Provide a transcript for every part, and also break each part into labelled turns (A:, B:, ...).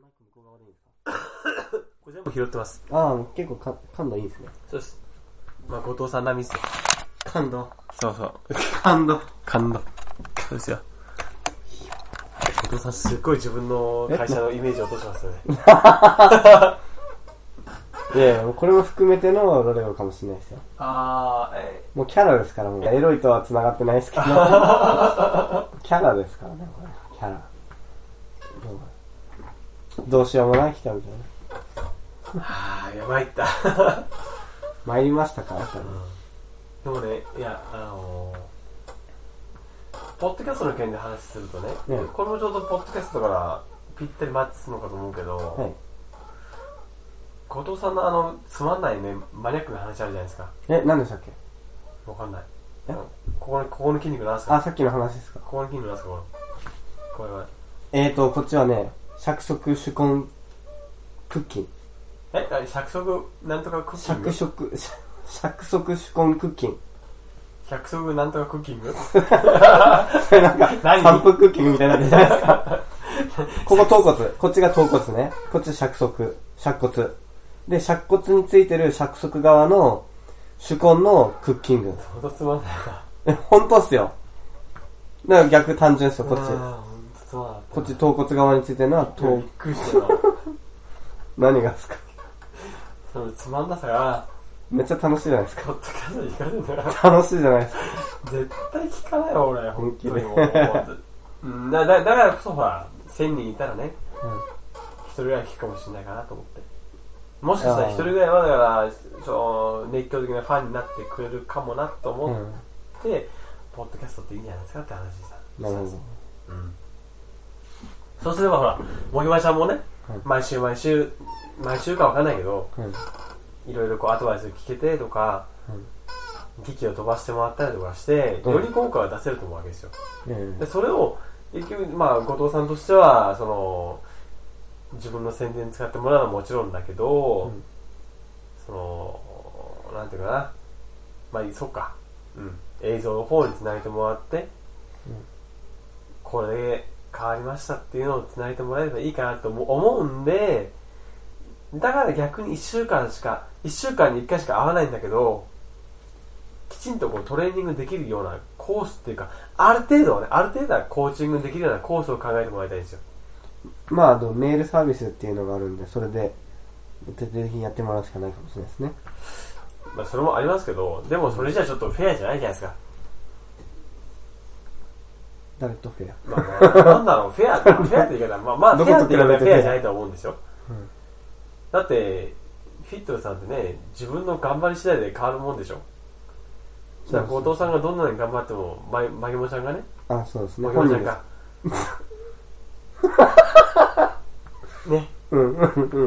A: マイク向こう側でいいんですか
B: これ全部拾ってます。
A: ああ、結構か感度いいですね。
B: そうです。まあ、後藤さん並みっすよ。
A: 感度。
B: そうそう。
A: 感度。
B: 感動。そうですよ。後藤さんすっごい自分の会社のイメージを落としますよね。
A: いやいや、もうこれも含めてのロレオかもしれないですよ。
B: あー、え
A: もうキャラですから、もう。エロいとは繋がってないですけど。キャラですからね、これ。キャラ。どうどうしようもない人みたいな。
B: あー、やばいった。
A: 参りましたから、これ
B: でもね、いや、あのー、ポッドキャストの件で話するとね、
A: うん
B: これもちょうどポッドキャストからぴったりマッチするのかと思うけど、
A: はい。
B: 後藤さんのあの、つまんないね、マニアックな話あるじゃないですか。
A: え、何でしたっけ
B: わかんない。
A: え
B: ここの、ここの筋肉なんすか
A: あ、さっきの話ですか。
B: ここの筋肉なんすかこの。これは。
A: えーと、こっちはね、釈足手根クッキン。
B: え、あれ、尺足、なんとかクッキン
A: 釈
B: グ
A: 足、釈足手根クッキン。
B: 尺足なんとかクッキン グ
A: それなんか、
B: 何
A: 三分クッキングみたいになってるじゃないですか。 ここ頭骨。こっちが頭骨ね。こっち尺足。尺骨。で、尺骨についてる尺足側の手根のクッキング。
B: ほんとつまんないな。
A: え、本当っすよ。だから逆単純っすよ、こっ
B: あ
A: ち。
B: ーほんとつまんなかった
A: こっち頭骨側についてるのは
B: び
A: 頭
B: っ、くりしたな。
A: 何がっすか
B: そのつまんなさが、
A: めっちゃ楽しいじゃないですか。
B: ポッドキャストに行かれるんだから。
A: 楽しいじゃないですか。
B: 絶対聞かないよ俺本 当にもう
A: 本気
B: うんだだだからこそほら1000人いたらね一、人ぐらい聞くかもしれないかなと思ってもしかした
A: あ
B: ら
A: ー
B: 一人ぐらいはだからその熱狂的なファンになってくれるかもなと
A: う
B: 思
A: ん。
B: って、ポッドキャストっていいんじゃないですかって話でした
A: なるほど。
B: うんそうすればほらもぎまちゃんもね、
A: はい
B: 毎週毎週毎週かわかんないけど
A: うん。
B: いろいろこうアドバイス聞けてとか、
A: うん
B: 劇を飛ばしてもらったりとかして、
A: うん
B: より今回は出せると思うわけですよ
A: うん
B: でそれを結局、まあ、後藤さんとしてはその自分の宣伝使ってもらうのはもちろんだけど、
A: うん
B: そのなんていうかなまあそっか、うん、映像の方につないでもらって、
A: うん
B: これで変わりましたっていうのをつないでもらえればいいかなと思思うんでだから逆に1週間しか1週間に1回しか会わないんだけどきちんとこうトレーニングできるようなコースっていうかある程度はねある程度はコーチングできるようなコースを考えてもらいたいんですよ
A: まあ、あとメールサービスっていうのがあるんで、それで、徹底的にやってもらうしかないかもしれないですね。
B: まあそれもありますけどでもそれじゃちょっとフェアじゃないじゃないですか
A: 誰とフェア。
B: まあ、まあ、なん だろう、フェア、フェアって言い方、まあ、まあ、フ
A: ど
B: ェ
A: こ
B: ア
A: と
B: っ
A: 比
B: て
A: べ
B: 言
A: て
B: い方フェアじゃないと思うんですよ。
A: うん
B: だって、フィットさんってね、自分の頑張り次第で変わるもんでしょ。だから、後藤さんがどんなに頑張っても、ま、まげもちゃんがね、
A: あ、そうですね。
B: まげもちゃん
A: です
B: が。 ね、
A: うんうんうんうんう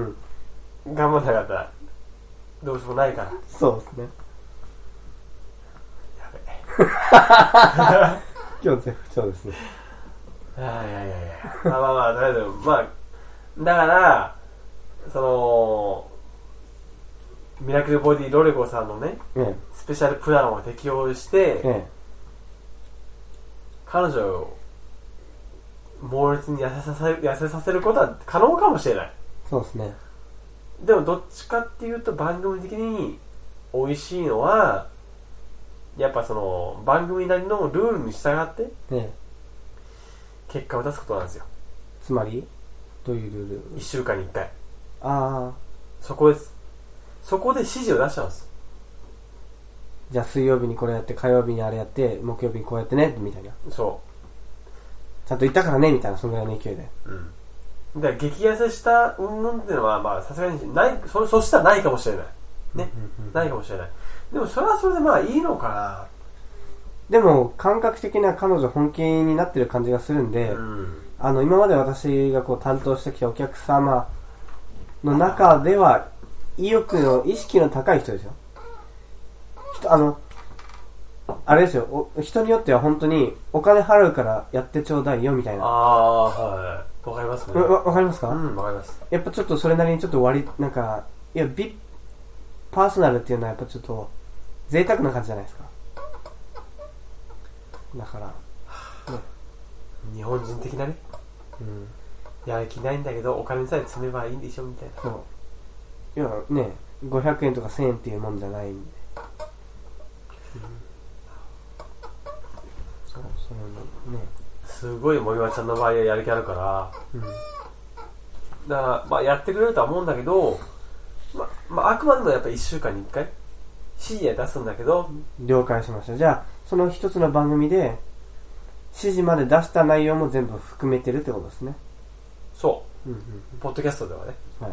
A: んうん。
B: 頑張んなかったら、どうしようもないから。
A: そうですね。
B: やべ
A: 今日絶不調ですね。
B: いやいやいやいや。まあまあまあ、だけど、まあ、だから、その、ミラクルボディロレコさんのね、
A: え
B: スペシャルプランを適用して、
A: え、え
B: 彼女を猛烈に痩せさせ痩せさせることは可能かもしれない。
A: え、そうですね。
B: でもどっちかっていうと番組的に美味しいのは、やっぱその番組なりのルールに従って
A: ええ、
B: 結果を出すことなんですよ。
A: つまり、どういうル
B: 1
A: ール
B: 週間に1回。
A: ああ、
B: そこです。そこで指示を出しちゃうんです。
A: じゃあ水曜日にこれやって、火曜日にあれやって、木曜日にこうやってね、みたいな。
B: そ
A: ちゃんと言ったからね、みたいな、そのぐらいの勢いで。
B: う。うん。だから激痩せしたうんぬんっていうのは、まあさすがにない、そそしたらないかもしれない。ね
A: うんうん
B: ないかもしれない。でもそれはそれでまあいいのか
A: でも、感覚的な彼女本気になってる感じがするん
B: な。
A: で、
B: ん。
A: あの、今まで私がこう担当してきたお客様の中では、意欲の、意識の高い人ですよ。人、あの、あれですよ、お人によっては本当に、お金払うからやってちょうだいよ、みたい
B: あ
A: な。
B: あ、はい。わかりますね。
A: うわ、わかりますか、
B: うん、わかります。
A: やっぱちょっとそれなりにちょっと割り、なんか、いや、ビパーソナルっていうのはやっぱちょっと、贅沢な感じじゃないですか。だから、
B: 日本人的なね。
A: うん。
B: やる気ないんだけど、お金さえ積めばいいんでしょみたいな。
A: そう。要はね、500円とか1000円っていうもんじゃないんで。そう、そうなんだね。
B: すごい森山ちゃんの場合はやる気あるから、
A: うん。
B: だから、まあ、やってくれるとは思うんだけど、ま、まあ、あくまでもやっぱ1週間に1回、指示は出すんだけど、
A: 了解しました。じゃあ、その一つの番組で、指示まで出した内容も全部含めてるってことですね。
B: そ
A: うんうん。
B: う、ポッドキャストではね。
A: はい。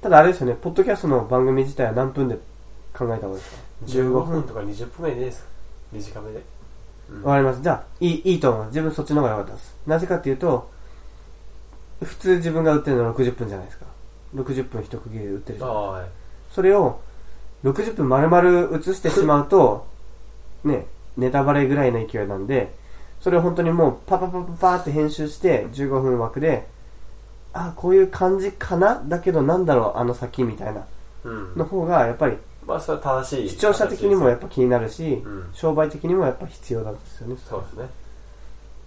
A: ただあれですよね、ポッドキャストの番組自体は何分で考えた方がいいですか
B: 15分とか20分ぐらいでいいですか短めで。
A: わかります。じゃあ、いい、いいと思います。自分そっちの方が良かったです。なぜかっていうと、普通自分が売ってるのは60分じゃないですか。60分一区切りで売ってるじゃん
B: はい。
A: それを、60分丸々映してしまうと、ね、ネタバレぐらいの勢いなんで、それを本当にもうパパパパパーって編集して、15分枠で、あ、こういう感じかなだけどなんだろう、あの先みたいな。
B: うん。
A: の方が、やっぱり、
B: まあ、それは正しい。
A: 視聴者的にもやっぱ気になるし
B: う、ん。
A: 商売的にもやっぱ必要なんですよね。
B: そうですね。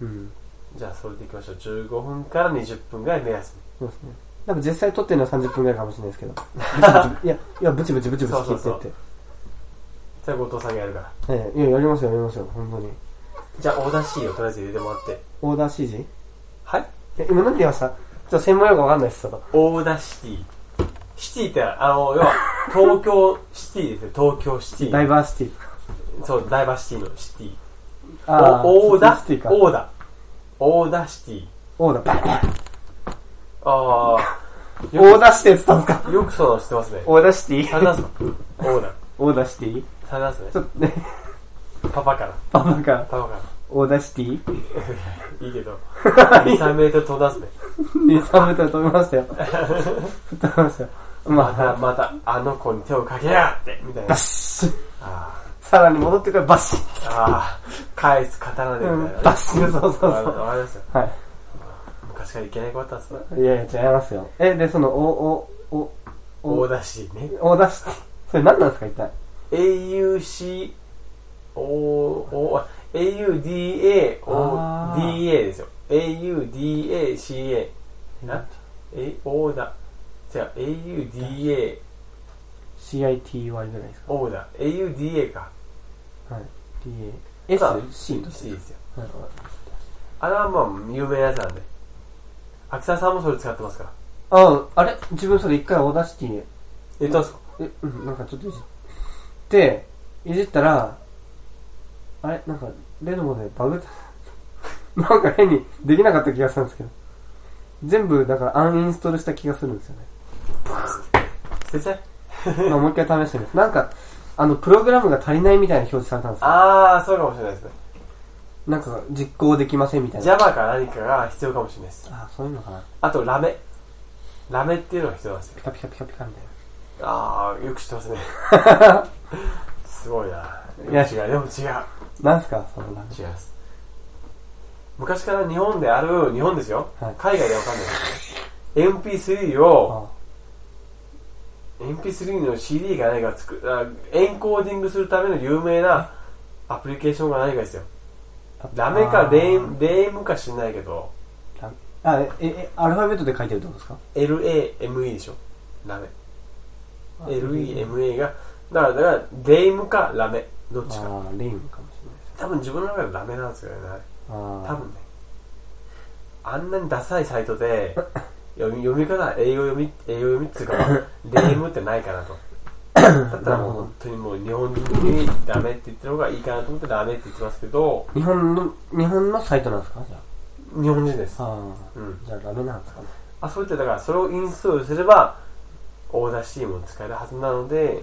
A: うん。
B: じゃあ、それでいきましょう。15分から20分ぐらい目安
A: そうですね。多分実際撮ってるのは30分ぐらいかもしれないですけ ど。ブチブチいや、いや、ブチブチブチブチ切って
B: そう
A: っ
B: そう
A: て。
B: それ後藤さんがやるから。
A: ええいや、やりますよ、やりますよ、本当に。
B: じゃあ、オーダー C をとりあえず入れてもらって。
A: オーダー CG?
B: はい
A: え、今何て言いましたちょっと専門用語わかんないです、ちょっと。
B: オーダーシティ。シティって、あの、 要は、東京シティですね。東京シテ
A: ダ
B: ィ。
A: イバーシティ。
B: そう、ダイバーシティのシティ。
A: あ
B: おオーダ
A: シティ
B: ー
A: か。
B: オーダー。オーダーシティ。
A: オーダー、バンバン
B: ああ、
A: オーダーシティって言ったんですか
B: よくそうなの知ってますね。
A: オーダーシティ
B: サダンスかオーダー。
A: オーダーシティ
B: サダンスね
A: ち。ょっとね、
B: パパから。
A: パパが、
B: パパから。
A: オーダーシティ
B: いいけ ど。2、3メートル飛んだっすね。
A: で、3メートル飛びましたよ。吹っ飛びましたよ。
B: ま
A: ま
B: た、また、あの子に手をかけやがってみたい
A: あ、
B: な
A: バッ。シュ
B: あ
A: さらに戻ってくる、バッシュ
B: ーあー、返す刀でみたいなね。
A: バッシュ、そうそうそ
B: わか
A: う。
B: りますよ。
A: はい。
B: 昔からいけない子だったんですね。
A: いやいや、違いますよ。え、で、その、お、お、お、
B: オーダーシティね。
A: お出し、それ何なんですか、一体。
B: AUC、O、O、AUDA、O、
A: あー
B: DA ですよ。AUDA、CA。なんて、え、オーダー。違う、AUDA、
A: CITY ぐらいですか。
B: オーダー。AUDA か。
A: はい。
B: あ
A: DA。S、C と
B: C ですよ。
A: はい
B: あれはまあ、有名なやつなんで。秋田さんもそれ使ってますから。
A: あ、あれ自分それ一回オーダーシティ、
B: 言ったんすか
A: え、うん、なんかちょっといじって、いじったら、あれなんか、レノボでバグった。 なんか変にできなかった気がしたんですけど。全部、だからアンインストールした気がするんです よね。
B: 捨てちゃえ。
A: まあもう一回試してみます。なんか、あの、プログラムが足りないみたいな表示されたんですよ。
B: あー、そうかもしれないですね。
A: なんか実行できませんみたいな。
B: Java か何かが必要かもしれないです。
A: あ、そういうのかな。
B: あと、ラメ。ラメっていうのが必要なんですよ。
A: ピカピカピカピカみたい
B: ああ、よく知って ますね。すごいな。
A: いや
B: 違う、でも違う。
A: な。なんすかそのなんか
B: 違います。昔から日本である、日本ですよ。
A: はい
B: 海外でわかんないですよ。MP3 を、
A: あ
B: MP3 の CD が何か作る、あエンコーディングするための有名なアプリケーションが何かですよ。ラメかレーム、レームか知んないけど、
A: あ、え、え、アルファベットで書いてるってことですか
B: LAME でしょ。ラメ。LEMA が、だから、だから、レームかラメ。どっちか。
A: あー、レイムかもしれないです。
B: 多分自分の中ではダメなんですよね
A: あ
B: 多
A: ー
B: 分ねあんなにダサいサイトで 読み読み方英語読み英語読みっつうかレームってないかなとだったらもう本当にもう日本人にダメって言ってる方がいいかなと思ってダメって言ってますけど
A: 日本の、日本のサイトなんですかじゃ
B: 日本人です
A: あ。あ
B: う
A: あ
B: ん
A: ー。じゃあダメなんですかね。
B: あそういってだからそれをインストールすればオーダーシーも使えるはずなので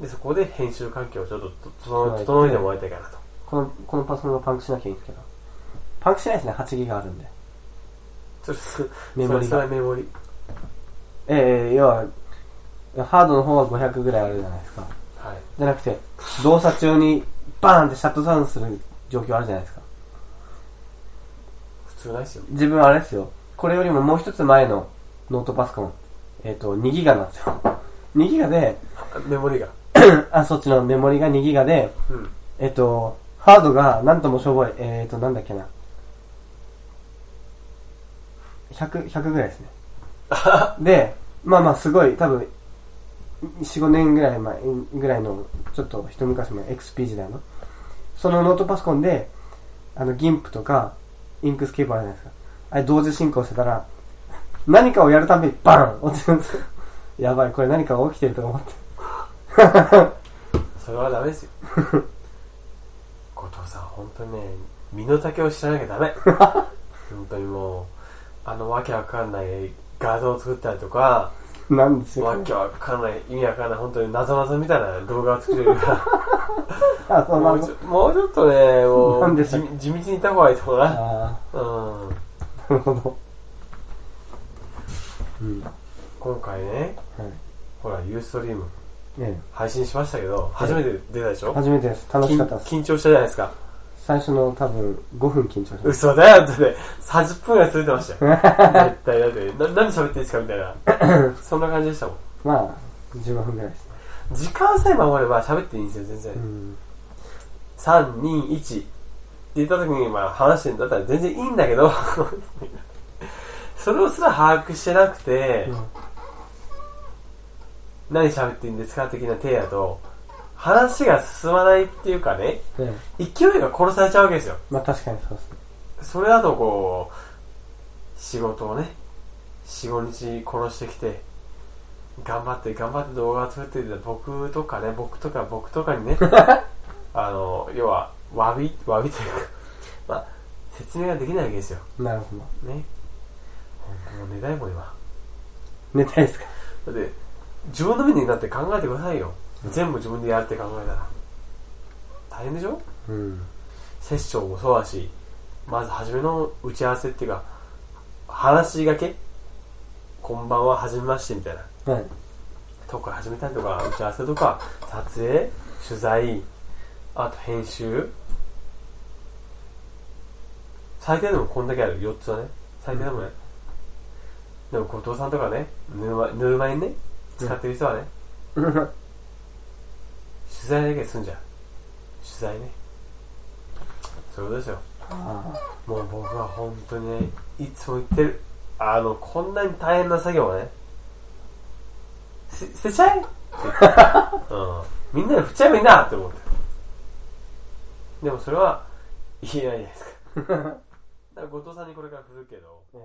B: でそこで編集環境をちょっと整え整えてもらいたいかなと
A: この、このパソコンはパンクしなきゃいいんですけど。パンクしないですね、8ギガあるんで。
B: ちょっとそ
A: メモリ
B: れそれ
A: が。
B: はメモリ
A: ええ要は、ハードの方は500ぐらいあるじゃないですか。
B: はい
A: じゃなくて、動作中にバーンってシャットダウンする状況あるじゃないですか。
B: 普通ないですよ
A: 自分あれですよ。これよりももう一つ前のノートパソコン。えっ、と、2ギガなんですよ。2ギガで、
B: メモリが
A: あ、そっちのメモリが2ギガで、
B: うん
A: えっ、と、ハードがなんともしょぼい。えっ、と、なんだっけな。 100、100ぐら いですね。で、まあまあすごい、多分、4、5年ぐらい前、ぐらいの、ちょっと一昔前、XP 時代の、そのノートパソコンで、あの、GIMP とか、インクスケープあるじゃないですか。あれ同時進行してたら、何かをやるためにバーン落ちるんですよ。やばい、これ何かが起きてると思って。
B: それはダメですよ 後藤さん本当にね身の丈を知らなきゃダ メ本当にもうあのわけわかんない画像を作ったりとか
A: なんですよ
B: わ。けわかんない意味わかんない本当になぞなぞみたいな動画を作れるか
A: あ、そ
B: らも
A: うな
B: うんちょもうちょっとねも
A: なん
B: う
A: で
B: 地
A: したっ
B: 地道にいた方がいいと思うな
A: あ
B: うん
A: あ、なるほど。うん。は
B: 今回ね
A: い。
B: ほらユーストリーム
A: え
B: 配信しましたけど初めて出たでし
A: え、
B: ょ
A: 初めてです。楽し
B: 緊
A: かったです。
B: 緊張したじゃないですか
A: 最初の多分5分緊張しまし
B: 嘘だよってね、30分ぐらい続いてました よ。絶対だって、な、何喋っていいですかみたいな。そんな感じでしたもん。
A: た。まあ、15分ぐらいですね。
B: 時間さえ守れば喋っていいんですよ、全然。
A: うん。
B: 3、2、1って言った時に、まあ話してんだったら全然いいんだけど、それをすら把握してなくて、何喋っていいんですか的な手やと、話が進まないっていうかね、
A: ええ、
B: 勢いが殺されちゃうわけですよ。
A: まあ確かにそうですね。
B: それだとこう仕事をね45日殺してきて頑張って頑張って動画を作ってた僕とかね僕とか僕とかにねあの要は詫び詫びというか、まあ、説明ができないわけですよ
A: なるほど。
B: ねもう寝たいもん今
A: 寝たいですか
B: だって自分の身になって考えてくださいよ全部自分でやるって考えたら大変でしょ
A: うん。
B: セッションもそうだし、まず初めの打ち合わせっていうか、話がけこんばんは、はじめましてみたいな。
A: はい。
B: とか始めたりとか、打ち合わせとか、撮影、取材、あと編集。最低でもこんだけある、4つはね。最低でもね。でも後藤さんとかね、ぬるまぬるま湯にね、使ってる人はね、取材だけすんじゃん。取材ね。そういうことですよ。
A: あ
B: もう僕は本当にね、いつも言ってる。あの、こんなに大変な作業をね、せ、せち ゃえって言って、うん。みんなで振っちゃえばいいなって思って。 でもそれは言えないじゃないですか。だから後藤さんにこれから振るけど、
A: あ。